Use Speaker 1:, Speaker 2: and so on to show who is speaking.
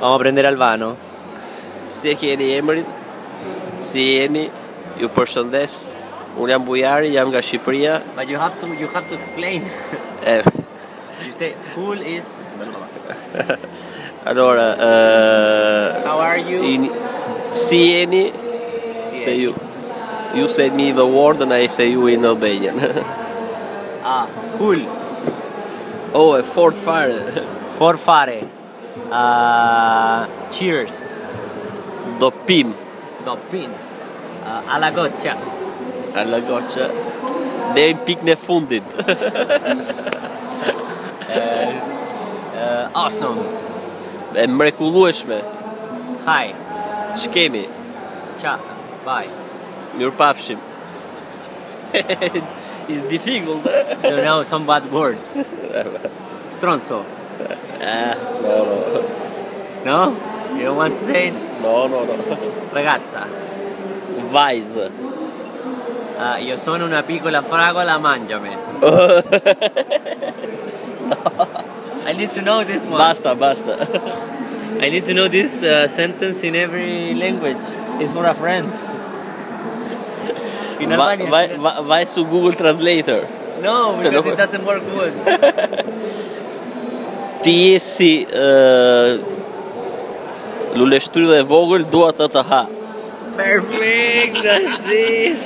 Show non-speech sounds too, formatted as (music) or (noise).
Speaker 1: Vamos a prender al vano.
Speaker 2: Si e keni emrin, si jeni, ju përshëndes. Unë jam Bujari, jam nga Shqipëria.
Speaker 1: But you have to you have to explain. (laughs)
Speaker 2: E,
Speaker 1: you say cool is
Speaker 2: alora, e,
Speaker 1: How are you?
Speaker 2: in, si jeni, se ju. You said me the word and I say you in Albanian. (laughs)
Speaker 1: Ah, cool.
Speaker 2: oh, e fort fare.
Speaker 1: For fare. Ah, cheers.
Speaker 2: Do pim.
Speaker 1: Do pin. Ah, alla goccia.
Speaker 2: Alla goccia. Deri në pikën e fundit. (laughs)
Speaker 1: Ah, awesome.
Speaker 2: e mrekullueshme.
Speaker 1: Hi.
Speaker 2: Ç'kemi?
Speaker 1: Ciao. Bye.
Speaker 2: Mirupafshim. It's difficult.
Speaker 1: You know some bad
Speaker 2: (laughs)
Speaker 1: words. Stronzo.
Speaker 2: Ah, no, no.
Speaker 1: No? You don't want to say it?
Speaker 2: No, no, (laughs) no.
Speaker 1: Ragazza.
Speaker 2: Vajzë.
Speaker 1: Ah, io sono una piccola fragola, (laughs) mangiami. I need to know this one.
Speaker 2: Basta, basta.
Speaker 1: I need to know this uh, sentence in every language. It's for a (laughs) friend. In
Speaker 2: Va-
Speaker 1: Albania.
Speaker 2: vaj- va- Vaj su Google Translator.
Speaker 1: no, because
Speaker 2: no.
Speaker 1: it doesn't work (laughs) good.
Speaker 2: Ti je si uh, luleshtrydhe e vogël, dua të të ha.
Speaker 1: Perfect, that's it.